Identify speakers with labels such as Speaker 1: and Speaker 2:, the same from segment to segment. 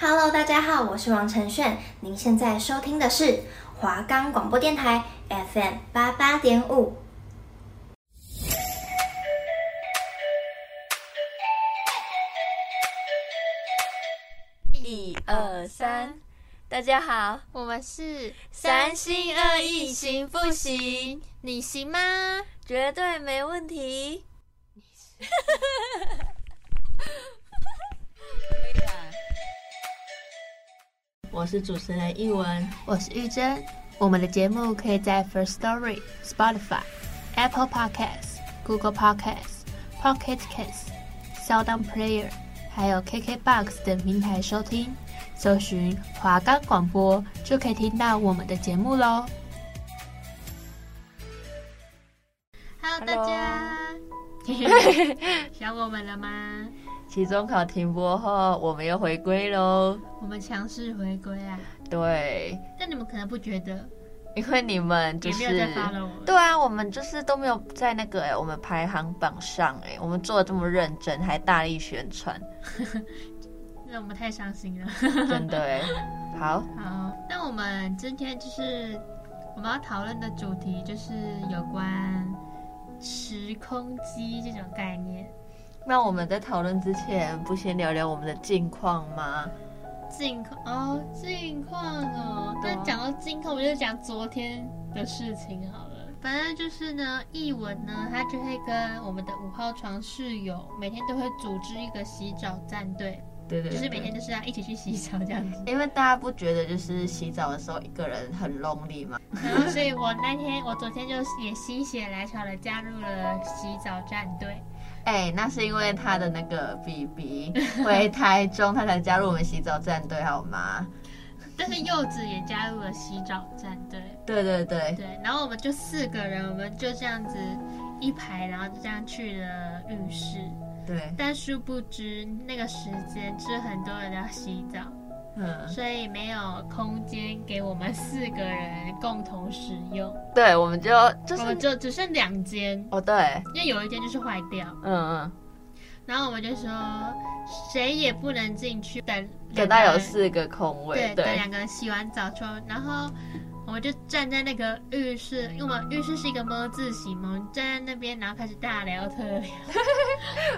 Speaker 1: Hello，大家好，我是王晨炫，您现在收听的是华冈广播电台 FM 八八点五。
Speaker 2: 一二三，大家好，
Speaker 3: 我们是
Speaker 2: 三心二意行不行？
Speaker 3: 你行吗？
Speaker 2: 绝对没问题。我是主持人一文，
Speaker 3: 我是玉珍。我们的节目可以在 First Story、Spotify、Apple Podcasts、Google Podcasts、Pocket Casts、Sound On Player，还有 KKBox 等平台收听。搜寻华冈广播就可以听到我们的节目喽。Hello，大家， 想我们了吗？
Speaker 2: 期中考停播后，我们又回归喽。
Speaker 3: 我们强势回归啊！
Speaker 2: 对，
Speaker 3: 但你们可能不觉得，
Speaker 2: 因为你们就
Speaker 3: 也
Speaker 2: 是
Speaker 3: 没有在发了我们。
Speaker 2: 对啊，我们就是都没有在那个、欸、我们排行榜上哎、欸，我们做的这么认真，还大力宣 传，
Speaker 3: 那我们太伤心了。
Speaker 2: 真的哎、好，
Speaker 3: 好，那我们今天就是我们要讨论的主题就是有关时空机这种概念。
Speaker 2: 那我们在讨论之前，不先聊聊我们的近况吗？
Speaker 3: 近况哦，近况哦。
Speaker 2: 对啊
Speaker 3: 那讲到近况，我就讲昨天的事情好了。反正就是呢，译文呢，他就会跟我们的五号床室友每天都会组织一个洗澡战队，
Speaker 2: 对对
Speaker 3: 就是每天都是要一起去洗澡这 样子。
Speaker 2: 因为大家不觉得就是洗澡的时候一个人很 lonely 吗？
Speaker 3: 然后，所以我那天，我昨天就也心血来潮的加入了洗澡战队。
Speaker 2: 哎、那是因为他的那个 B B 回台中，他才加入我们洗澡战队，好吗？
Speaker 3: 但是柚子也加入了洗澡战队，
Speaker 2: 对对对，
Speaker 3: 对，然后我们就四个人，我们就这样子一排，然后就这样去了浴室。
Speaker 2: 对，
Speaker 3: 但殊不知那个时间是很多人要洗澡，
Speaker 2: 嗯，
Speaker 3: 所以没有空间给我们四个人共同使用，
Speaker 2: 对，我们就就
Speaker 3: 我们
Speaker 2: 是
Speaker 3: 就只剩两间，
Speaker 2: 哦，对，
Speaker 3: 因为有一间就是坏掉。
Speaker 2: 嗯嗯，
Speaker 3: 然后我们就说谁也不能进去，等
Speaker 2: 等到有四个空位，
Speaker 3: 对，
Speaker 2: 对
Speaker 3: 等两个人洗完澡之后，然后我们就站在那个浴室，因为我们浴室是一个么字形嘛，我们站在那边，然后开始大聊特聊。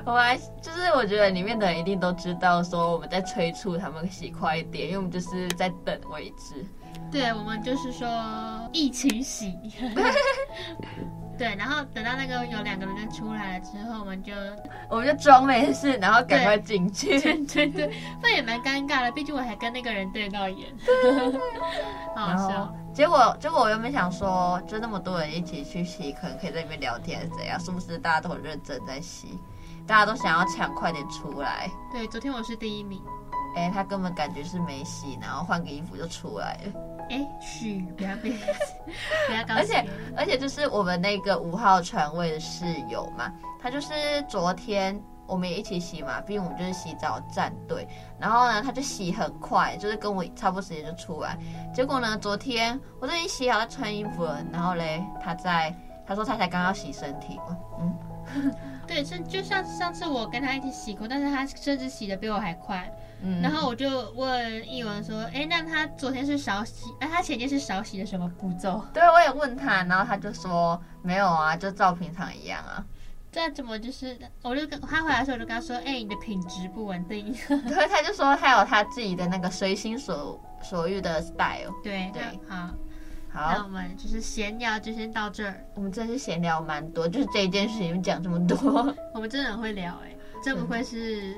Speaker 2: 我还就是我觉得里面的人一定都知道说我们在催促他们洗快一点，因为我们就是在等位置。
Speaker 3: 对，我们就是说一起洗。对，然后等到那个有两个人就出来了之后，我们就
Speaker 2: 我们就装没事，然后赶快进去。
Speaker 3: 对对，那也蛮尴尬的，毕竟我还跟那个人对到眼，好
Speaker 2: 然
Speaker 3: 好
Speaker 2: 后
Speaker 3: 笑。
Speaker 2: 结果结果我原本想说，就那么多人一起去洗，可能可以在那边聊天怎样？殊不知大家都很认真在洗，大家都想要抢快点出来。
Speaker 3: 对，昨天我是第一名。
Speaker 2: 哎、他根本感觉是没洗，然后换个衣服就出来了。
Speaker 3: 哎，嘘，不要被，不要高
Speaker 2: 而
Speaker 3: 兴。
Speaker 2: 且而且就是我们那个五号船位的室友嘛，他就是昨天。我们也一起洗嘛，毕竟我们就是洗澡战队。然后呢，他就洗很快，就是跟我差不多时间就出来。结果呢，昨天我都已经洗好要穿衣服了，然后嘞，他在他说他才刚要洗身体嘛，嗯，
Speaker 3: 对，就就像上次我跟他一起洗过，但是他甚至洗的比我还快。
Speaker 2: 嗯
Speaker 3: 然后我就问艺文说：“哎，那他昨天是少洗，那、他前天是少洗的什么步骤？
Speaker 2: 对我也问他，然后他就说没有啊，就照平常一样啊。
Speaker 3: 这怎么就是？”我就跟他回来的时候，我就跟他说：“哎，你的品质不稳定。
Speaker 2: 对，他就说他有他自己的那个随心所所欲的 style。
Speaker 3: 对”
Speaker 2: 对
Speaker 3: 那好，那
Speaker 2: 好
Speaker 3: 我，们就是闲聊就先到这儿。
Speaker 2: 我们这次闲聊蛮多，就是这一件事情讲这么 多，
Speaker 3: 我们真的很会聊哎、真不愧是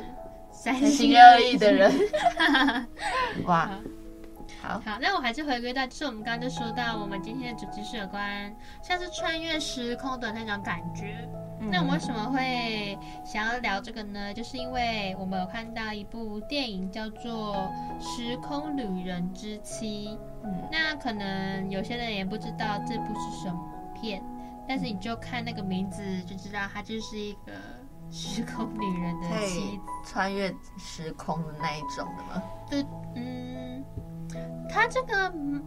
Speaker 3: 三
Speaker 2: 三心二意的人。 哇，好，
Speaker 3: 好，那我还是回归到，就是我们刚刚就说到，我们今天的主题是有关像是穿越时空的那种感觉。
Speaker 2: 嗯
Speaker 3: 那我们为什么会想要聊这个呢？就是因为我们有看到一部电影叫做《时空旅人之妻》，
Speaker 2: 嗯
Speaker 3: 那可能有些人也不知道这部是什么片，但是你就看那个名字就知道，它就是一个时空旅人的
Speaker 2: 可
Speaker 3: 妻
Speaker 2: 以穿越时空的那一种的吗？
Speaker 3: 对，嗯，他这个嗯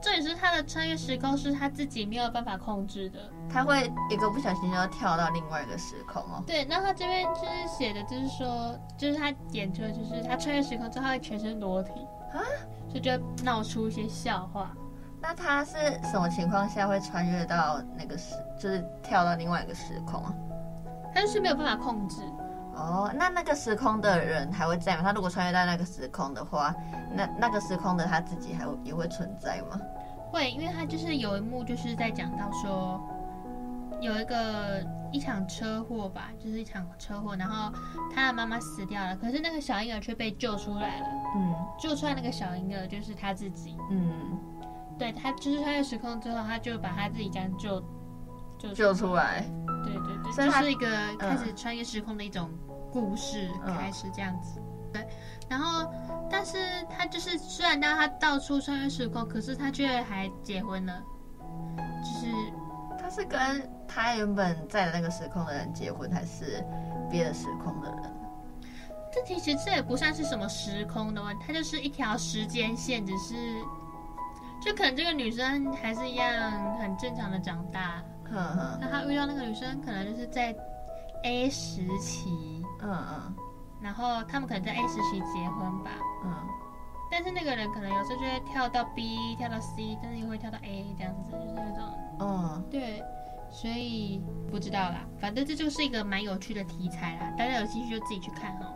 Speaker 3: 这也是他的穿越时空是他自己没有办法控制的。
Speaker 2: 他会一个不小心就跳到另外一个时空哦。
Speaker 3: 对，那他这边就是写的，就是说，就是他演出的就是他穿越时空之后，他会全身裸体
Speaker 2: 啊，
Speaker 3: 所以就会闹出一些笑话。
Speaker 2: 那他是什么情况下会穿越到那个时，就是跳到另外一个时空啊？
Speaker 3: 他就是没有办法控制，
Speaker 2: 哦，那那个时空的人还会在吗？他如果穿越到那个时空的话，那那个时空的他自己还会也会存在吗？
Speaker 3: 会，因为他就是有一幕就是在讲到说，有一个一场车祸吧，就是一场车祸，然后他的妈妈死掉了，可是那个小婴儿却被救出来了，
Speaker 2: 嗯
Speaker 3: 救出来那个小婴儿就是他自己，
Speaker 2: 嗯，
Speaker 3: 对他就是穿越时空之后，他就把他自己这样救，救
Speaker 2: 救出来。
Speaker 3: 对对对，
Speaker 2: 所以
Speaker 3: 这
Speaker 2: 他
Speaker 3: 是一嗯个开始穿越时空的一种故事
Speaker 2: 嗯
Speaker 3: 开始这样子。对，然后但是他就是虽然让他到处穿越时空，可是他却还结婚了，就是
Speaker 2: 他是跟他原本在的那个时空的人结婚，还是别的时空的人？
Speaker 3: 这其实这也不算是什么时空的问题，它就是一条时间线，只是就可能这个女生还是一样很正常的长大，
Speaker 2: 哼哼，
Speaker 3: 那他遇到那个女生可能就是在 A 时期，
Speaker 2: 嗯嗯
Speaker 3: 然后他们可能在 A 时期结婚吧。
Speaker 2: 嗯，
Speaker 3: 但是那个人可能有时候就会跳到 B，跳到 C，但是又会跳到 A 这样子，就是那种
Speaker 2: 哦，
Speaker 3: 对，所以不知道啦，反正这就是一个蛮有趣的题材啦，大家有兴趣就自己去看 哦。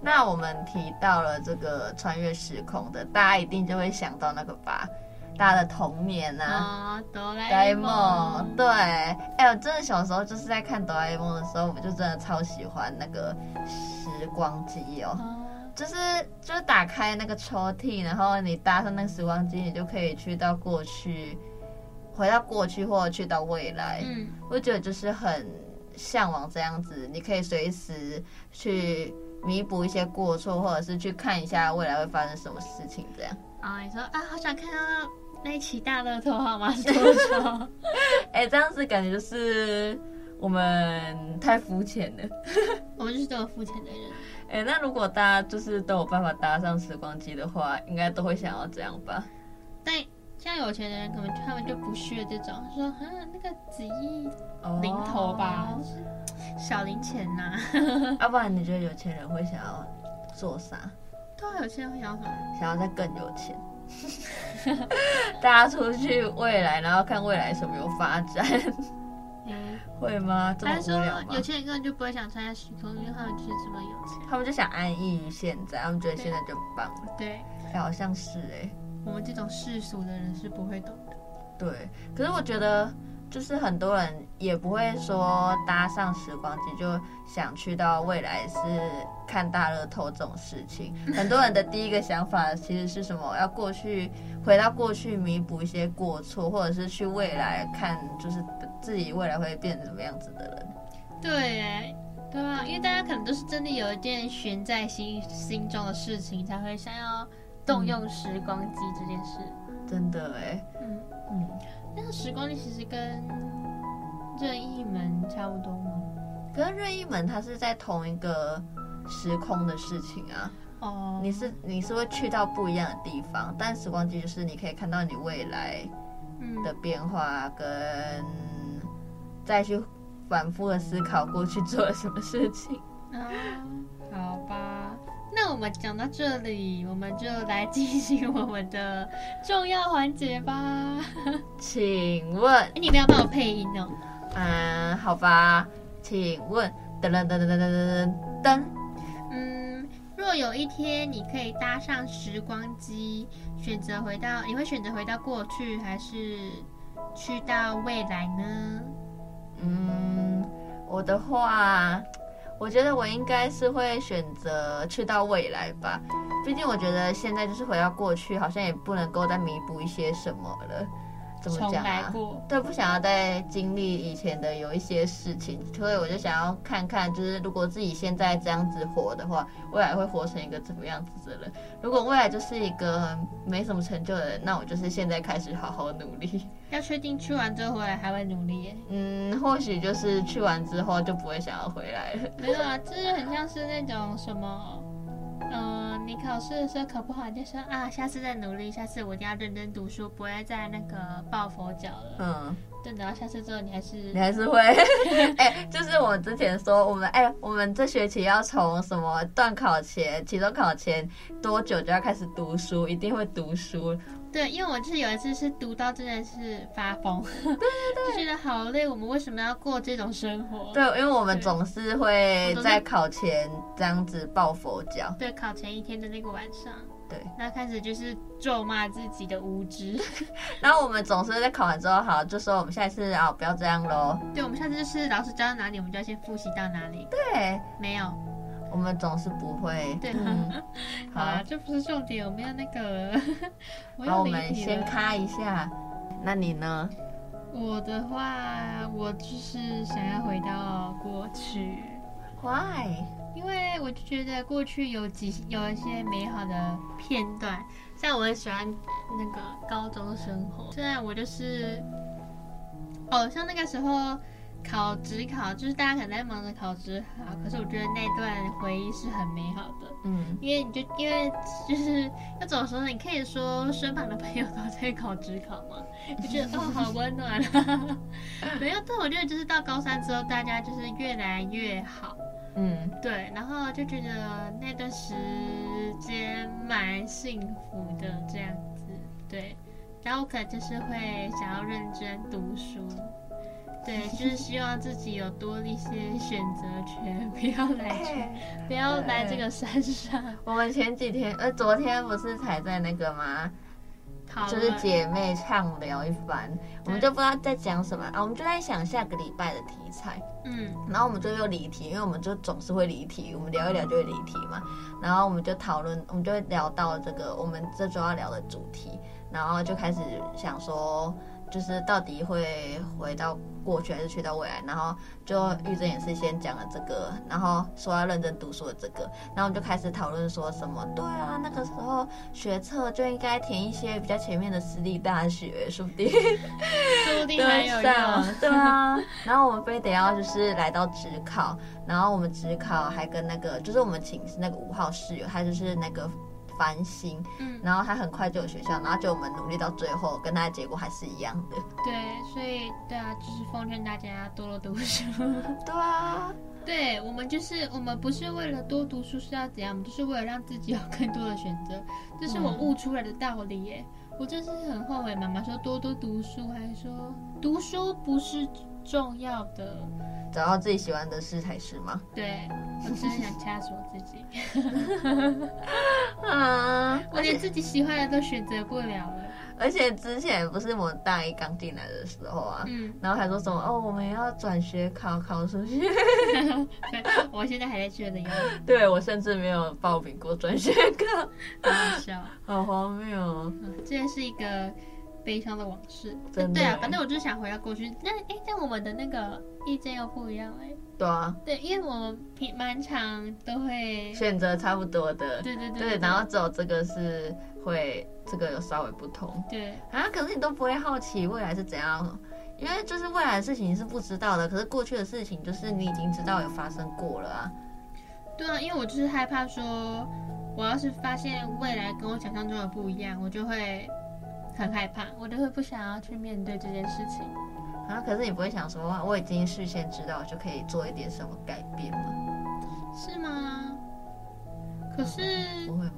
Speaker 2: 那我们提到了这个穿越时空的，大家一定就会想到那个吧，大家的童年啊。
Speaker 3: 啊，哆
Speaker 2: 哆啦
Speaker 3: 啦
Speaker 2: A
Speaker 3: A
Speaker 2: 梦，
Speaker 3: 梦，
Speaker 2: 对，哎、我真的小时候就是在看哆啦 A 梦的时候，我就真的超喜欢那个时光机哦，
Speaker 3: 啊，
Speaker 2: 就是就是打开那个抽屉，然后你搭上那个时光机，你就可以去到过去，回到过去或者去到未来，
Speaker 3: 嗯，
Speaker 2: 我觉得就是很向往这样子，你可以随时去弥补一些过错，或者是去看一下未来会发生什么事情，这样。
Speaker 3: 啊，你说啊，好想看到那一期大乐透号码是多少？
Speaker 2: 哎、这样子感觉就是我们太肤浅了。
Speaker 3: 我们就是这么肤浅的人，
Speaker 2: 哎、那如果大家就是都有办法搭上时光机的话，应该都会想要这样吧？
Speaker 3: 但像有钱的人可能他们就不屑这种，说啊，那个几亿零头吧，小零钱呐、
Speaker 2: 要、不然你觉得有钱人会想要做啥？
Speaker 3: 对啊，有些人会想什么？
Speaker 2: 想要再更有钱？ 大家出去未来，然后看未来什么有发展，
Speaker 3: 嗯，
Speaker 2: 会吗？这么
Speaker 3: 他
Speaker 2: 无
Speaker 3: 说
Speaker 2: 聊吗
Speaker 3: 有？钱人根本就不会想参加时空，因为他们就是这么有钱。
Speaker 2: 他们就想安逸于现在，他们觉得现在就很棒了。
Speaker 3: 对
Speaker 2: 哎、好像是哎、
Speaker 3: 我们这种世俗的人是不会懂的。
Speaker 2: 对。可是我觉得，就是很多人也不会说搭上时光机就想去到未来是看大乐透这种事情。很多人的第一个想法其实是什么？要过去，回到过去弥补一些过错，或者是去未来看，就是自己未来会变成什么样子的人。
Speaker 3: 对耶，对啊，因为大家可能都是真的有一件悬在心心中的事情，才会想要动用时光机这件事。
Speaker 2: 真的哎，
Speaker 3: 嗯，
Speaker 2: 嗯，
Speaker 3: 那个时光机其实跟任意门差不多吗？
Speaker 2: 可是任意门它是在同一个时空的事情啊。
Speaker 3: 哦，
Speaker 2: 你是你是会去到不一样的地方，但时光机就是你可以看到你未来
Speaker 3: 嗯
Speaker 2: 的变化，跟再去反复的思考过去做了什么事情。
Speaker 3: 啊，好吧，那我们讲到这里，我们就来进行我们的重要环节吧。
Speaker 2: 请问
Speaker 3: 哎，你们要帮我配音哦。
Speaker 2: 嗯，好吧，请问，噔噔噔噔噔噔噔噔，
Speaker 3: 嗯，若有一天你可以搭上时光机，选择回到，你会选择回到过去，还是去到未来呢？
Speaker 2: 嗯，我的话，我觉得我应该是会选择去到未来吧。毕竟我觉得现在就是回到过去，好像也不能够再弥补一些什么了。怎么
Speaker 3: 重
Speaker 2: 讲
Speaker 3: 来
Speaker 2: 啊？
Speaker 3: 过，
Speaker 2: 对，不想要再经历以前的有一些事情，所以我就想要看看，就是如果自己现在这样子活的话，未来会活成一个怎么样子的人？如果未来就是一个没什么成就的人，那我就是现在开始好好努力。
Speaker 3: 要确定去完之后回来还会努力耶。
Speaker 2: 嗯，或许就是去完之后就不会想要回来了。
Speaker 3: 没有啊，这就很像是那种什么，嗯、你考试的时候考不好，你就说啊，下次再努力，下次我一定要认真读书，不会再那个抱佛脚了。
Speaker 2: 嗯，
Speaker 3: 对，然后下次之后你还是
Speaker 2: 你还是会， 哎、就是我之前说，我们哎、我们这学期要从什么段考前、期中考前多久就要开始读书，一定会读书。
Speaker 3: 对，因为我就是有一次是读到真的是发疯，就觉得好累，我们为什么要过这种生活？
Speaker 2: 对，因为我们
Speaker 3: 对
Speaker 2: 总是会
Speaker 3: 我都是
Speaker 2: 在考前这样子抱佛脚。
Speaker 3: 对，考前一天的那个晚上，
Speaker 2: 对，
Speaker 3: 那开始就是咒骂自己的无知。
Speaker 2: 然后我们总是在考完之后，好就说我们下一次啊不要这样喽。
Speaker 3: 对，我们下次就是老师教到哪里，我们就要先复习到哪里。
Speaker 2: 对，
Speaker 3: 没有，
Speaker 2: 我们总是不会。
Speaker 3: 对啊
Speaker 2: 嗯，
Speaker 3: 好啊
Speaker 2: 好，，
Speaker 3: 这不是重点，我们要那个， 我
Speaker 2: 然后
Speaker 3: 要
Speaker 2: 我
Speaker 3: 离
Speaker 2: 们
Speaker 3: 题
Speaker 2: 先
Speaker 3: 了
Speaker 2: 咔一下。那你呢？
Speaker 3: 我的话，我就是想要回到过去，
Speaker 2: Why？
Speaker 3: 因为我就觉得过去有几有一些美好的片段，像我很喜欢那个高中生活，虽然我就是，哦，像那个时候考职考，就是大家可能在忙着考职考，可是我觉得那段回忆是很美好的。
Speaker 2: 嗯，
Speaker 3: 因为你就因为就是要怎么说呢？你可以说身旁的朋友都在考职考嘛，就觉得哦好温暖啊。 没有，但我觉得嗯就是到高三之后，大家就是越来越好，
Speaker 2: 嗯，
Speaker 3: 啊对，然后就觉得那段时间蛮幸福的这样子，对。然后我可能就是会想要认真读书，对，就是希望自己有多一些选择权，不要来去，不要来这个山上。
Speaker 2: 我们前几天呃，昨天不是才在那个吗？
Speaker 3: 好啊了
Speaker 2: 就是姐妹畅聊一番，我们就不知道在讲什么啊，我们就在想下个礼拜的题材，
Speaker 3: 嗯，
Speaker 2: 然后我们就又离题，因为我们就总是会离题，我们聊一聊就会离题嘛，然后我们就讨论，我们就会聊到这个我们这周要聊的主题，然后就开始想说。就是到底会回到过去还是去到未来？然后就玉珍也是先讲了这个，然后说要认真读书的这个，然后我们就开始讨论说什么，对啊，那个时候学测就应该填一些比较前面的私立大学，说不定
Speaker 3: 说不定
Speaker 2: 对
Speaker 3: 还有
Speaker 2: 上
Speaker 3: 用。，
Speaker 2: 对啊。 然后我们非得要就是来到职考，然后我们职考还跟那个就是我们寝室那个五号室友，他就是那个繁星，
Speaker 3: 嗯，
Speaker 2: 然后他很快就有学校，然后就我们努力到最后，跟他的结果还是一样的。
Speaker 3: 对，所以对啊，就是奉劝大家多多读书。
Speaker 2: 对啊，
Speaker 3: 对我们就是我们不是为了多读书是要怎样，我们就是为了让自己有更多的选择，这是我悟出来的道理耶。我真是很后悔，妈妈说多多读书，还说读书不是重要的。
Speaker 2: 找到自己喜欢的事才是嘛。
Speaker 3: 对我真的想掐死我自己，
Speaker 2: 啊，
Speaker 3: 我连自己喜欢的都选择不了了。
Speaker 2: 而且之前不是我大一刚进来的时候啊。
Speaker 3: 嗯，
Speaker 2: 然后还说什么哦，我们要转学考考数学，
Speaker 3: 对，我现在还在觉得有点
Speaker 2: 对我甚至没有报名过转学考，
Speaker 3: 好笑。
Speaker 2: 好荒谬、哦。
Speaker 3: 嗯，这也是一个悲伤的往事。
Speaker 2: 真的
Speaker 3: 对啊
Speaker 2: 欸，
Speaker 3: 反正我就是想回到过去。那哎，但我们的那个意见又不一样哎、
Speaker 2: 对啊，
Speaker 3: 对，因为我们平蛮常都会，
Speaker 2: 选择差不多的，
Speaker 3: 对对对
Speaker 2: 对，然后只有这个是会这个有稍微不同
Speaker 3: 对
Speaker 2: 啊，可是你都不会好奇未来是怎样。因为就是未来的事情你是不知道的，可是过去的事情就是你已经知道有发生过了啊。
Speaker 3: 对啊，因为我就是害怕说，我要是发现未来跟我想象中的不一样，我就会很害怕，我就会不想要去面对这件事情。
Speaker 2: 啊，可是你不会想说，我已经事先知道，我就可以做一点什么改变吗？
Speaker 3: 是吗？可是，
Speaker 2: 不会吗？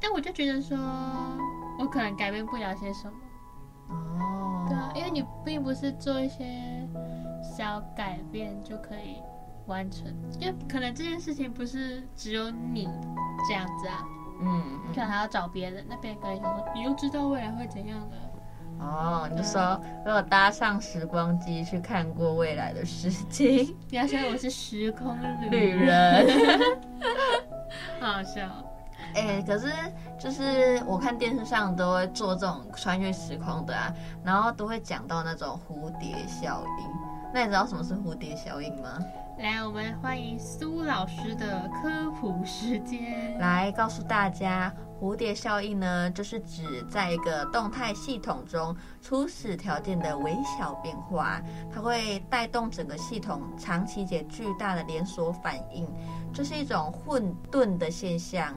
Speaker 3: 但我就觉得说，我可能改变不了些什么。
Speaker 2: 哦，
Speaker 3: 对啊，因为你并不是做一些小改变就可以完成，因为可能这件事情不是只有你这样子啊，
Speaker 2: 嗯，
Speaker 3: 可能还要找别人，那别人可能想说你又知道未来会怎样啊了。
Speaker 2: 嗯哦，你就
Speaker 3: 啊
Speaker 2: 说我有搭上时光机去看过未来的事 情，
Speaker 3: 不要说我是时空
Speaker 2: 旅
Speaker 3: 旅人，
Speaker 2: 人。
Speaker 3: 好笑。
Speaker 2: 哎、可是就是我看电视上都会做这种穿越时空的啊，然后都会讲到那种蝴蝶效应。那你知道什么是蝴蝶效应吗？
Speaker 3: 来，我们欢迎苏老师的科普时间。
Speaker 2: 来告诉大家，蝴蝶效应呢，就是指在一个动态系统中初始条件的微小变化，它会带动整个系统长期且巨大的连锁反应，这是一种混沌的现象。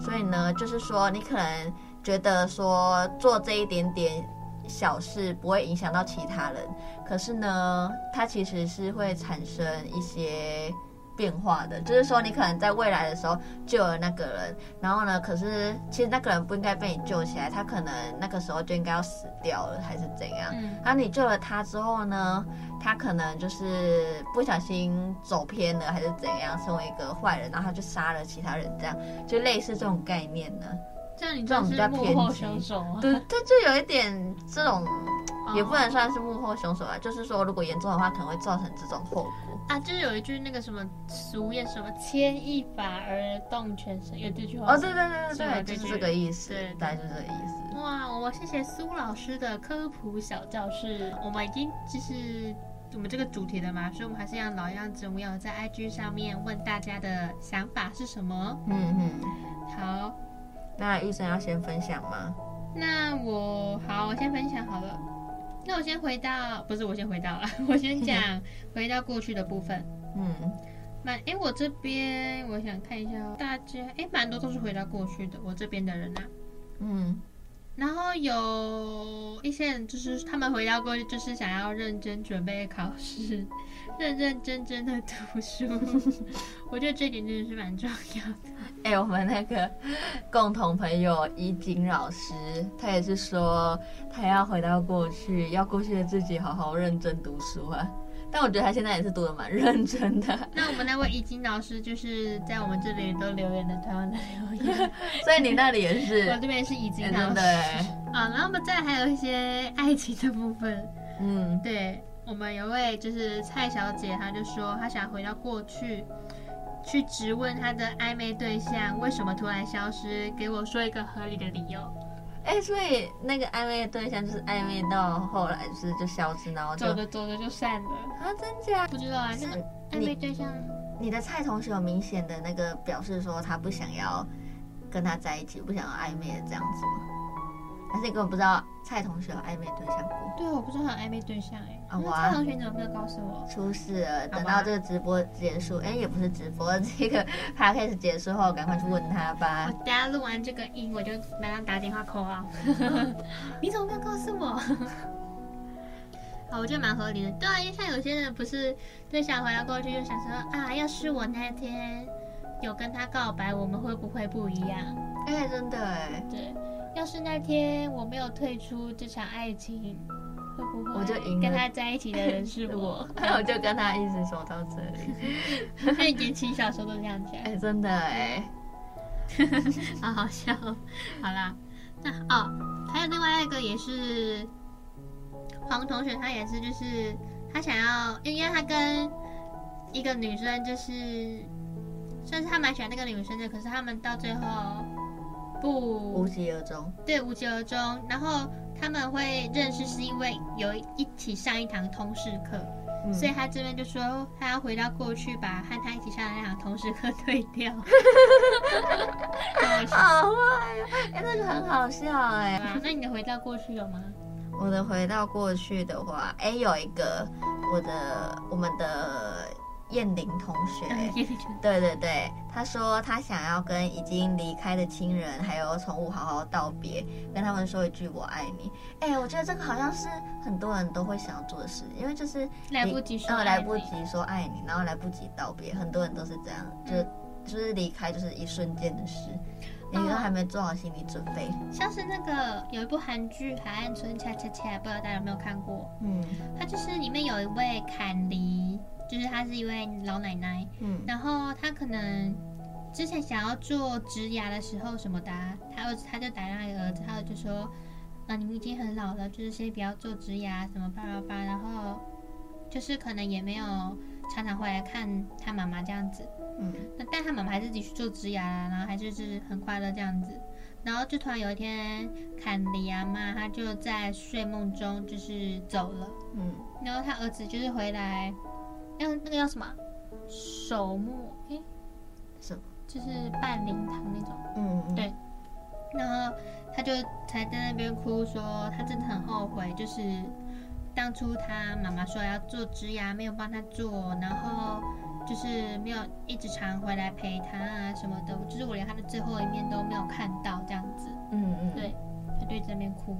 Speaker 2: 所以呢，就是说你可能觉得说做这一点点小事不会影响到其他人，可是呢，它其实是会产生一些变化的。就是说，你可能在未来的时候救了那个人，然后呢，可是其实那个人不应该被你救起来，他可能那个时候就应该要死掉了，还是怎样？
Speaker 3: 嗯
Speaker 2: 然后你救了他之后呢，他可能就是不小心走偏了，还是怎样，成为一个坏人，然后他就杀了其他人，这样就类似这种概念呢。
Speaker 3: 这样你
Speaker 2: 这
Speaker 3: 就
Speaker 2: 种比
Speaker 3: 是
Speaker 2: 较
Speaker 3: 幕
Speaker 2: 偏
Speaker 3: 后
Speaker 2: 激
Speaker 3: 凶手啊，
Speaker 2: 对，这就有一点这种，也不能
Speaker 3: 哦
Speaker 2: 算是幕后凶手啊，就是说如果严重的话，可能会造成这种后果。
Speaker 3: 啊，就是有一句那个什么俗谚，什么牵一发而动全身，有这句话
Speaker 2: 哦，对对对
Speaker 3: 是吗
Speaker 2: 对对，就是这个意思
Speaker 3: 对对，
Speaker 2: 大概就是这个意思。
Speaker 3: 哇，我们谢谢苏老师的科普小教室。我们已经就是我们这个主题了嘛，所以我们还是要老样子，我们要在 IG 上面问大家的想法是什么。
Speaker 2: 嗯嗯，
Speaker 3: 好，
Speaker 2: 那玉生要先分享吗？
Speaker 3: 那我好，我先分享好了。那我先回到，不是我先回到了，我先讲回到过去的部分。
Speaker 2: 嗯
Speaker 3: 蛮诶，我这边我想看一下哦，大家诶，蛮多都是回到过去的，我这边的人啊。
Speaker 2: 嗯
Speaker 3: 然后有一些人就是他们回到过去，就是想要认真准备考试，认认真真的读 书。我觉得这一点真的是蛮重要的。
Speaker 2: 哎、我们那个 共同朋友怡景老师，他也是说他要回到过去，要过去的自己好好认真读书啊。但我觉得他现在也是读的蛮认真的，
Speaker 3: 那我们那位易经老师就是在我们这里都留言的，台湾的留 言，
Speaker 2: 所以你那里也 是，
Speaker 3: 我这边是易经
Speaker 2: 哎
Speaker 3: 老
Speaker 2: 真
Speaker 3: 师
Speaker 2: 的、哎
Speaker 3: 啊。然后我们再还有一些爱情的部分，
Speaker 2: 嗯
Speaker 3: 对我们有位就是蔡小姐，她就说她想回到过去，去质问她的暧昧对象为什么突然消失，给我说一个合理的理由。
Speaker 2: 哎、所以那个暧昧的对象就是暧昧到后来就是就消失，然后就
Speaker 3: 走着走着就散了，
Speaker 2: 啊，真假？
Speaker 3: 不知道啊，那个暧昧对象
Speaker 2: 你的蔡同学有明显的那个表示说他不想要跟他在一起，不想要暧昧的这样子吗？还是你根本不知道蔡同学有暧昧对象过？
Speaker 3: 对，我不知道他有暧昧对象哎、
Speaker 2: 啊
Speaker 3: 那
Speaker 2: 哇
Speaker 3: 蔡同学你怎么没有告诉我？
Speaker 2: 出事了！
Speaker 3: 好吧
Speaker 2: 等到这个直播结束，哎、也不是直播， 这个 podcast 结束后，赶快去问他吧
Speaker 3: 我。等下录完这个音，我就马上打电话 call 啊！ 你怎么没有告诉我？好，我觉得蛮合理的。对啊，因为像有些人不是就想回到过去，就想说啊，要是我那天有跟他告白，我们会不会不一样？
Speaker 2: 哎、真的哎，
Speaker 3: 对，要是那天我没有退出这场爱情，会不会
Speaker 2: 我就赢了
Speaker 3: 跟他在一起的人是 我？
Speaker 2: 然 后我就跟他一直走到这里。
Speaker 3: 所以言情小说都这样讲
Speaker 2: 哎、，真的哎，
Speaker 3: 好好笑哦。好啦，那哦，还有另外一个也是黄同学，他也是就是他想要，因为他跟一个女生就是，算是他蛮喜欢那个女生的，可是他们到最后
Speaker 2: 无
Speaker 3: 不
Speaker 2: 疾而终。
Speaker 3: 对无疾而终，然后他们会认识是因为有一起上一堂通识课。
Speaker 2: 嗯
Speaker 3: 所以他这边就说他要回到过去，把和他一起上的那堂同事课退掉。好笑
Speaker 2: 好坏呀！哎、那个很好笑哎。
Speaker 3: 啊那你的回到过去有吗？
Speaker 2: 我的回到过去的话，哎、有一个我的我们的燕玲同学，
Speaker 3: 哎
Speaker 2: 对对对，他说他想要跟已经离开的亲人还有宠物好好道别，跟他们说一句我爱你。哎，我觉得这个好像是很多人都会想要做的事，因为就是你
Speaker 3: 来不及说
Speaker 2: 呃，
Speaker 3: 爱
Speaker 2: 来不
Speaker 3: 你
Speaker 2: 及说爱你，然后来不及道别，很多人都是这样，就、
Speaker 3: 嗯
Speaker 2: 就是离开就是一瞬间的事，你都
Speaker 3: 哦
Speaker 2: 还没做好心理准备。
Speaker 3: 像是那个有一部韩剧《海岸村恰恰恰》，不知道大家有没有看过？
Speaker 2: 嗯
Speaker 3: 它就是里面有一位坎梨，就是她是一位老奶奶，
Speaker 2: 嗯
Speaker 3: 然后她可能之前想要做植牙的时候什么的啊，她儿子她就打电话给儿子，她儿子就说：“啊，你们已经很老了，就是先不要做植牙什么巴拉巴拉。”然后就是可能也没有常常回来看她妈妈这样子。
Speaker 2: 嗯
Speaker 3: 那但他妈妈还是自己去做植牙啦，然后还就是很快乐这样子。然后就突然有一天，坎里亚妈她就在睡梦中就是走了，
Speaker 2: 嗯，
Speaker 3: 然后他儿子就是回来，那那个叫什么守墓，诶，
Speaker 2: 什么？
Speaker 3: 就是半灵堂那种。
Speaker 2: 嗯嗯
Speaker 3: 对然后他就才在那边哭说，他真的很后悔，就是当初他妈妈说要做植牙，没有帮他做，然后就是没有一直常回来陪他啊什么的，就是我连他的最后一面都没有看到这样子，
Speaker 2: 嗯嗯，
Speaker 3: 对，他就一直在那边哭，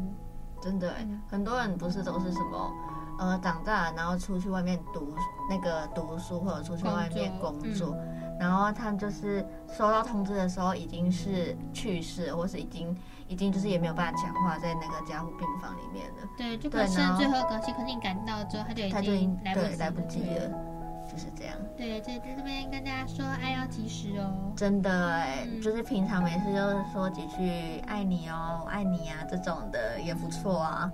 Speaker 2: 真的欸、
Speaker 3: 嗯
Speaker 2: 很多人不是都是什么，呃，长大然后出去外面读那个读书，或者出去外面工
Speaker 3: 工作
Speaker 2: 作，然后他们就是收到通知的时候已经是去世，或是已经已经就是也没有办法讲话，在那个加护病房里面了，
Speaker 3: 对，就
Speaker 2: 对
Speaker 3: 可能剩
Speaker 2: 然后
Speaker 3: 最后一个气，可是你赶到之后，他就已
Speaker 2: 他就已
Speaker 3: 经
Speaker 2: 经
Speaker 3: 来不及
Speaker 2: 对来不及了，就是这样。
Speaker 3: 对，在在这边跟大家说，爱要及时哦。
Speaker 2: 真的哎、
Speaker 3: 嗯
Speaker 2: 就是平常没事就是说几句“爱你哦，我爱你啊”这种的也不错啊。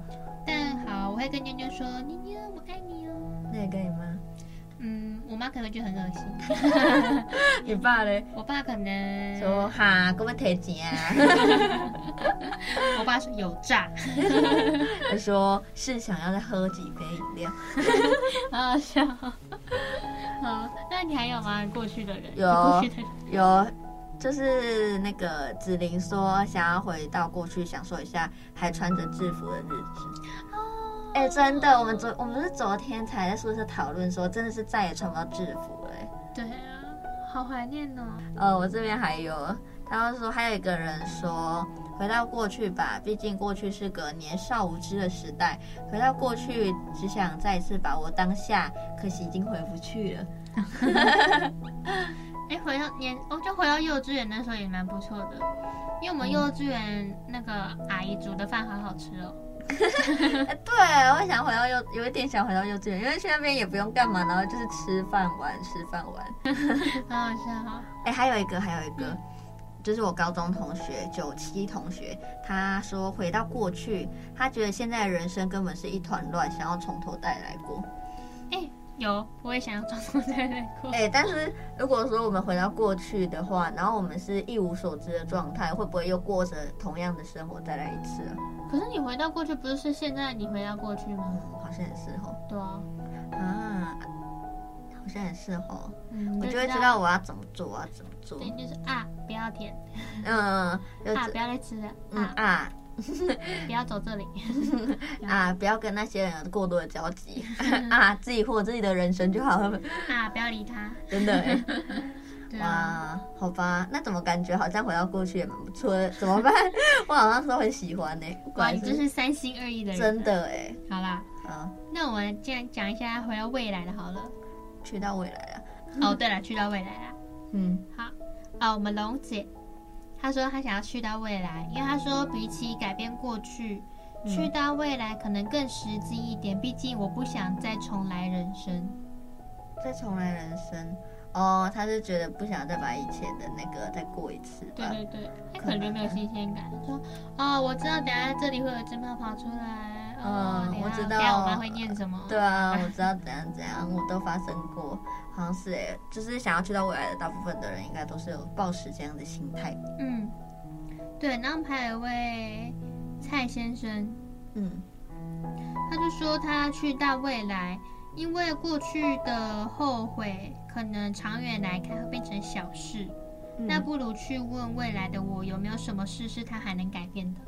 Speaker 3: 但好，我会跟妞妞说，妞妞，我爱你哦。
Speaker 2: 那也跟你妈，
Speaker 3: 嗯，我妈可能会觉得很恶心，
Speaker 2: 你爸嘞
Speaker 3: 我爸可能
Speaker 2: 说哈，给我提钱 啊。
Speaker 3: 我爸说有诈，
Speaker 2: 他说是想要再喝几杯饮料。
Speaker 3: 好好笑。 好，那你还有吗？过去的人，
Speaker 2: 有
Speaker 3: 过去的人，
Speaker 2: 有，就是那个子玲说想要回到过去，享受一下还穿着制服的日子。哎、真的，我们昨我们是昨天才在宿舍讨论说，真的是再也穿不到制服了欸、
Speaker 3: 对啊，好怀念哦。
Speaker 2: 呃，我这边还有，他们说还有一个人说，回到过去吧，毕竟过去是个年少无知的时代，回到过去只想再一次把握当下，可惜已经回不去了。
Speaker 3: 哎，回到年，哦，就回到幼稚园那时候也蛮不错的，因为我们幼稚园那个阿姨煮的饭好好吃 哦。
Speaker 2: 哎，对，我想回到幼，有一点想回到幼稚园，因为去那边也不用干嘛，然后就是吃饭玩，吃饭玩。
Speaker 3: 好好笑哦，
Speaker 2: 哎，还有一个，还有一个，就是我高中同学九七同学，他说回到过去，他觉得现在的人生根本是一团乱，想要从头再来过。
Speaker 3: 哎，有，我也想要装作在那哭。
Speaker 2: 哎、但是如果说我们回到过去的话，然后我们是一无所知的状态，会不会又过着同样的生活再来一次啊？
Speaker 3: 可是你回到过去，不是是现在你回到过去吗
Speaker 2: 嗯？，好像也是哦。
Speaker 3: 对啊，
Speaker 2: 啊，好像也是哦。
Speaker 3: 嗯
Speaker 2: 我就会知道，我要怎么做，我要怎么做。
Speaker 3: 对，就是啊，不要舔，
Speaker 2: 嗯，有
Speaker 3: 啊，
Speaker 2: 这
Speaker 3: 不要再吃了，
Speaker 2: 嗯
Speaker 3: 啊，
Speaker 2: 啊
Speaker 3: 不要走 这里，
Speaker 2: 啊，不要跟那些人有过多的交 集啊，自己过自己的人生就好了。
Speaker 3: 啊，不要理他。
Speaker 2: 真的、欸，
Speaker 3: 对
Speaker 2: 哇，
Speaker 3: 啊，
Speaker 2: 好吧，那怎么感觉好像回到过去也蛮不错的？怎么办？ 我好像说很喜欢呢、欸，果
Speaker 3: 哇，
Speaker 2: 然
Speaker 3: 你真是三心二意的人。啊
Speaker 2: 真的哎、
Speaker 3: 好啦，
Speaker 2: 好，
Speaker 3: 那我们既然讲一下回到未来的好了。
Speaker 2: 去到未来啊了。
Speaker 3: 哦，对了，去到未来啦。
Speaker 2: 嗯，
Speaker 3: 好，啊，我们龙姐，她说她想要去到未来，因为她说比起改变过去，
Speaker 2: 嗯
Speaker 3: 去到未来可能更实际一点，毕竟我不想再重来人生。
Speaker 2: 再重来人生。哦，他是觉得不想再把以前的那个再过一次吧。
Speaker 3: 对对对，他可能就没有新鲜感，说哦，我知道等下这里会有一只猫跑出来，哦，
Speaker 2: 嗯
Speaker 3: 等下
Speaker 2: 我知道
Speaker 3: 等下我妈会念什么，
Speaker 2: 对啊，我知道怎样怎样，我都发生过，好像是哎、就是想要去到未来的大部分的人，应该都是有抱持这样的心态。
Speaker 3: 嗯，对，然后还有一位蔡先生，
Speaker 2: 嗯，
Speaker 3: 他就说他去到未来，因为过去的后悔可能长远来看会变成小事，
Speaker 2: 嗯
Speaker 3: 那不如去问未来的我有没有什么事是他还能改变的。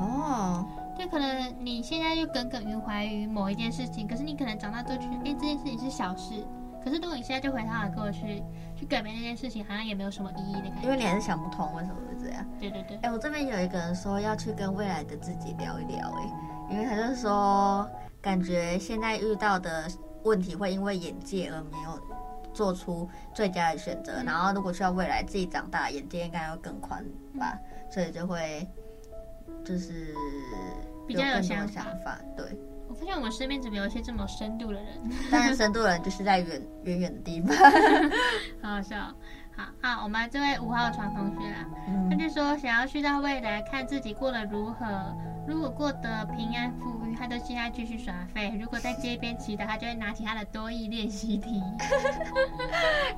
Speaker 2: 哦，
Speaker 3: 对，可能你现在就耿耿于怀于某一件事情，可是你可能长大之后觉得，哎，这件事情是小事。可是如果你现在就回到过去，去改变那件事情，好像也没有什么意义的感
Speaker 2: 因为
Speaker 3: 觉。
Speaker 2: 你还是想不通为什么会这样。
Speaker 3: 对对对
Speaker 2: 哎、，我这边有一个人说要去跟未来的自己聊一聊、哎，因为他就说感觉现在遇到的问题会因为眼界而没有做出最佳的选择，
Speaker 3: 嗯
Speaker 2: 然后如果需要未来自己长大，眼界应该会更宽吧，所以就会就是
Speaker 3: 比较有
Speaker 2: 更多
Speaker 3: 想
Speaker 2: 的
Speaker 3: 法
Speaker 2: 想法， 对。
Speaker 3: 我发现我们身边怎么有一些这么深度的人，
Speaker 2: 但是深度的人就是在远远远的地方，
Speaker 3: 好好笑哦。好啊，我们这位五号床同学啊，他
Speaker 2: 嗯，
Speaker 3: 就说想要去到未来看自己过得如何，如果过得平安富裕，他就现在继续耍废；如果在街边祈祷，他就会拿起他的多义练习题。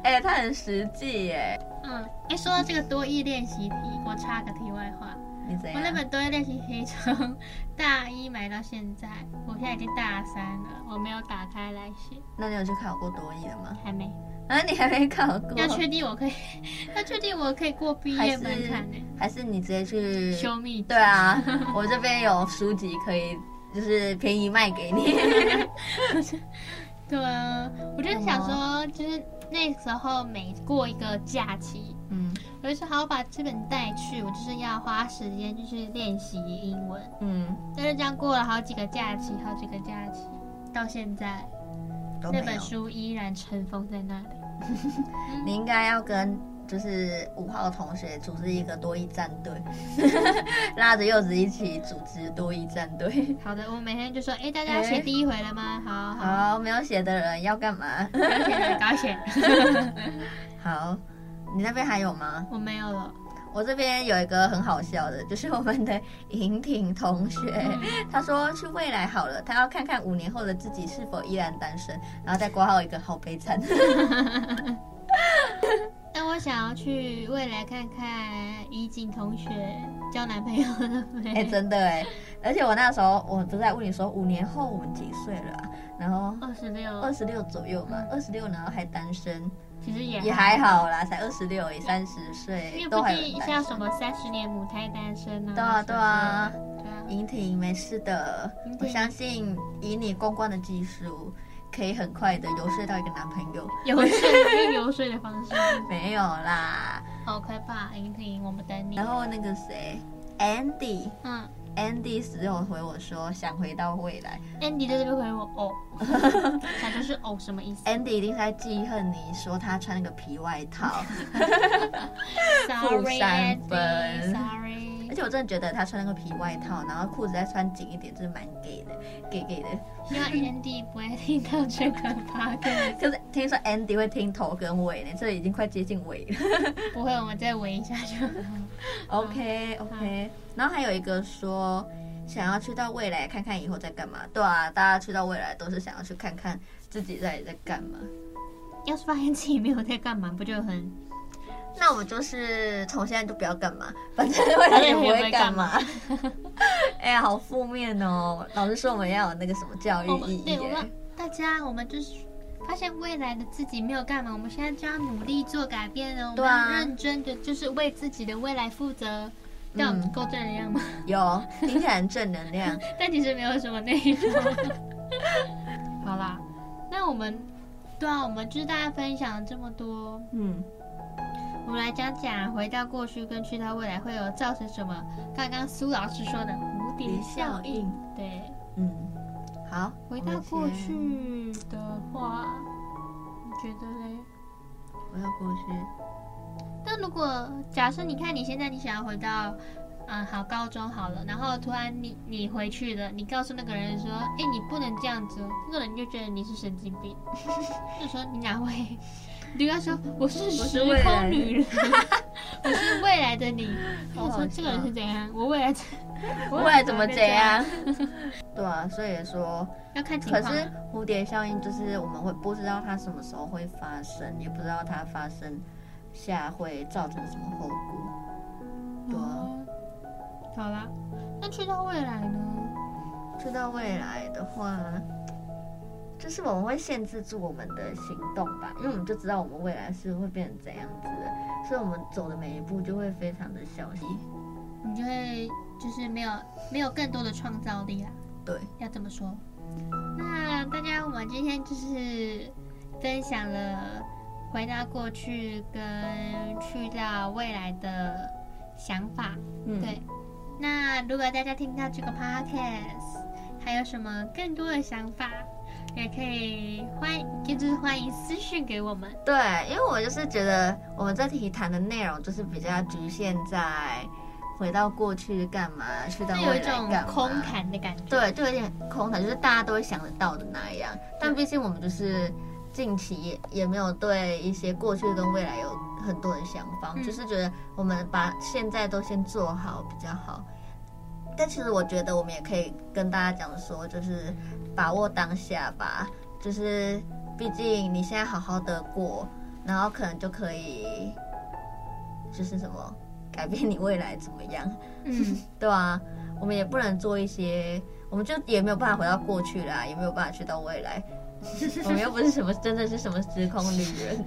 Speaker 2: 哎、他很实际耶，
Speaker 3: 嗯，哎，说到这个多义练习题，我插个题外话，
Speaker 2: 你怎
Speaker 3: 我
Speaker 2: 样？
Speaker 3: 那本多义练习题从大一买到现在，我现在已经大三了，我没有打开来写，
Speaker 2: 那你有去考过多艺了吗？
Speaker 3: 还没。
Speaker 2: 啊，你还没考过？
Speaker 3: 要确定我可以， 要确定我可以过毕
Speaker 2: 还
Speaker 3: 业
Speaker 2: 是
Speaker 3: 门槛呢、
Speaker 2: 还是你直接去
Speaker 3: 欸，修密
Speaker 2: 对，啊，我这边有书籍可以，就是便宜卖给你。啊
Speaker 3: 对啊，我就是想说，就是那时候每过一个假期，
Speaker 2: 嗯
Speaker 3: 我就说好，我把这本带去，我就是要花时间就是练习英文。
Speaker 2: 嗯，
Speaker 3: 但是这样过了好几个假期，好几个假期，到现在
Speaker 2: 都
Speaker 3: 那
Speaker 2: 没
Speaker 3: 本
Speaker 2: 有。
Speaker 3: 书依然尘封在那里。
Speaker 2: 你应该要跟就是五号同学组织一个多益战队， 拉着柚子一起组织多益战队。
Speaker 3: 好的，我每天就说，哎，大家写第一回了吗？好好，
Speaker 2: 好，没有写的人要干嘛？
Speaker 3: 搞写了，搞写。
Speaker 2: 好，你那边还有吗？
Speaker 3: 我没有了，
Speaker 2: 我这边有一个很好笑的，就是我们的莹婷同学，她说去未来好了，她要看看五年后的自己是否依然单身，然后再挂号一个好悲惨。
Speaker 3: 但我想要去未来看看怡景同学交男朋友了没？
Speaker 2: 哎、真的哎，而且我那时候我不是在问你说五年后我们几岁了、啊，然后
Speaker 3: 二十
Speaker 2: 二
Speaker 3: 六，
Speaker 2: 十六左右吧，二十六然后还单身，
Speaker 3: 其实也
Speaker 2: 也还好啦，才二十六，也三十
Speaker 3: 因
Speaker 2: 岁
Speaker 3: 为
Speaker 2: 都
Speaker 3: 不
Speaker 2: 还
Speaker 3: 是
Speaker 2: 有人单
Speaker 3: 像
Speaker 2: 身
Speaker 3: 什。么三十年母胎单身啊？
Speaker 2: 对啊对啊
Speaker 3: 什么之类的，对啊。
Speaker 2: 莹婷没事的
Speaker 3: 莹，
Speaker 2: 我
Speaker 3: 婷
Speaker 2: 相信以你公关的技术，可以很快的游说到一个男朋友。
Speaker 3: 游说， 用游说的方式，
Speaker 2: 没有啦。
Speaker 3: 好快吧，莹婷，我们等你
Speaker 2: 然。后那个谁，Andy。
Speaker 3: 嗯
Speaker 2: Andy 只有回我说想回到未来
Speaker 3: ，Andy 在这边回我哦，他就是哦什 么意思
Speaker 2: ，Andy 一定在记恨你说他穿那个皮外套，
Speaker 3: ？Sorry
Speaker 2: 三分
Speaker 3: Andy，Sorry
Speaker 2: 而。且我真的觉得他穿那个皮外套，然后裤子再穿紧一点，真的蛮 gay 的，gay gay 的。
Speaker 3: 希望 Andy 不会听到这个 podcast，
Speaker 2: 可是听说 Andy 会听头跟尾呢，这已经快接近尾了。
Speaker 3: 不会，我们再围一下就好。
Speaker 2: OK OK，然后还有一个说想要去到未来看看以后在干嘛，对啊，大家去到未来都是想要去看看自己到底在干 嘛。
Speaker 3: 要是发现自己没有在干嘛，不就很
Speaker 2: 那我们就是从现在就不要干嘛，反正未来也不会干嘛。 哎呀，好负面哦！老师说我们要有那个什么教育
Speaker 3: 我
Speaker 2: 意
Speaker 3: 们
Speaker 2: 义
Speaker 3: 哦对我
Speaker 2: 耶。
Speaker 3: 们大家，我们就是发现未来的自己没有干嘛，我们现在就要努力做改变哦，我
Speaker 2: 对
Speaker 3: 们
Speaker 2: 啊
Speaker 3: 要认真的，就是为自己的未来负责。但我们够正能量吗？
Speaker 2: 有听起来很正能 量。
Speaker 3: 但其实没有什么内容。 好啦，那我们对啊，我们就是大家分享了这么多，
Speaker 2: 嗯，
Speaker 3: 我们来讲讲回到过去跟去到未来会有造成什么？刚刚苏老师说的蝴蝶效应，
Speaker 2: 应。
Speaker 3: 对，
Speaker 2: 嗯，好，
Speaker 3: 回
Speaker 2: 我
Speaker 3: 到
Speaker 2: 们先
Speaker 3: 过，去的话，你觉得嘞？
Speaker 2: 回到过去，
Speaker 3: 但如果假设你看你现在你想要回到，嗯，好高中好了，然后突然你你回去了，你告诉那个人说，哎、你不能这样子哦，那个人就觉得你是神经病， 就说你哪位？你就跟他说我是时
Speaker 2: 未来
Speaker 3: 空
Speaker 2: 的
Speaker 3: 女人，我是未来的你。
Speaker 2: 好
Speaker 3: 我
Speaker 2: 好
Speaker 3: 说这个人
Speaker 2: 笑
Speaker 3: 是怎样？我未 来怎我
Speaker 2: 未来怎么怎
Speaker 3: 变这
Speaker 2: 样？？ 对啊，所以说，
Speaker 3: 要看情
Speaker 2: 可
Speaker 3: 况啊。
Speaker 2: 是蝴蝶效应就是我们会不知道它什么时候会发生，也不知道它发生下会造成什么后果。对啊。
Speaker 3: 哦好啦，那去到未来呢？
Speaker 2: 去到未来的话，就是我们会限制住我们的行动吧，因为我们就知道我们未来是会变成怎样子的，所以我们走的每一步就会非常的小心。
Speaker 3: 你就会就是没有没有更多的创造力啦。
Speaker 2: 对，
Speaker 3: 要这么说。那大家，我们今天就是分享了回到过去跟去到未来的想法。
Speaker 2: 嗯
Speaker 3: 对，那如果大家听到这个 podcast，还有什么更多的想法，也可以欢，就是欢迎私讯给我们。
Speaker 2: 对，因为我就是觉得我们这题谈的内容就是比较局限在回到过去干嘛，去到
Speaker 3: 就有
Speaker 2: 未
Speaker 3: 一
Speaker 2: 来
Speaker 3: 种
Speaker 2: 干嘛，
Speaker 3: 空谈的感觉。
Speaker 2: 对，就有点空谈，就是大家都会想得到的那样。但毕竟我们就是近期也也没有对一些过去跟未来有很多的想法，
Speaker 3: 嗯
Speaker 2: 就是觉得我们把现在都先做好比较好。但其实我觉得我们也可以跟大家讲说，就是把握当下吧，就是毕竟你现在好好的过，然后可能就可以，就是什么改变你未来怎么样。
Speaker 3: 嗯，
Speaker 2: 对啊，我们也不能做一些，我们就也没有办法回到过去啦，也没有办法去到未 来。我们又不是什么真的是什么时空旅人，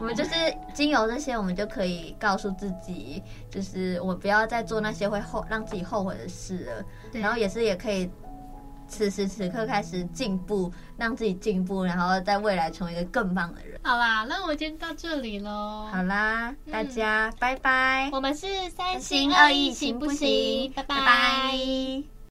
Speaker 2: 我们就是经由这些，我们就可以告诉自己，就是我不要再做那些会后让自己后悔的事了。
Speaker 3: 对
Speaker 2: 然后也是也可以此时此刻开始进步，让自己进步，然后在未来成为一个更棒的人。
Speaker 3: 好啦，那我今天到这里喽。
Speaker 2: 好啦，大家拜拜，
Speaker 3: 哦嗯我们是三
Speaker 2: 心
Speaker 3: 心
Speaker 2: 二
Speaker 3: 二
Speaker 2: 意
Speaker 3: 意
Speaker 2: 行
Speaker 3: 行
Speaker 2: 不
Speaker 3: 不
Speaker 2: 行
Speaker 3: 行？？
Speaker 2: 拜
Speaker 3: 拜拜
Speaker 2: 拜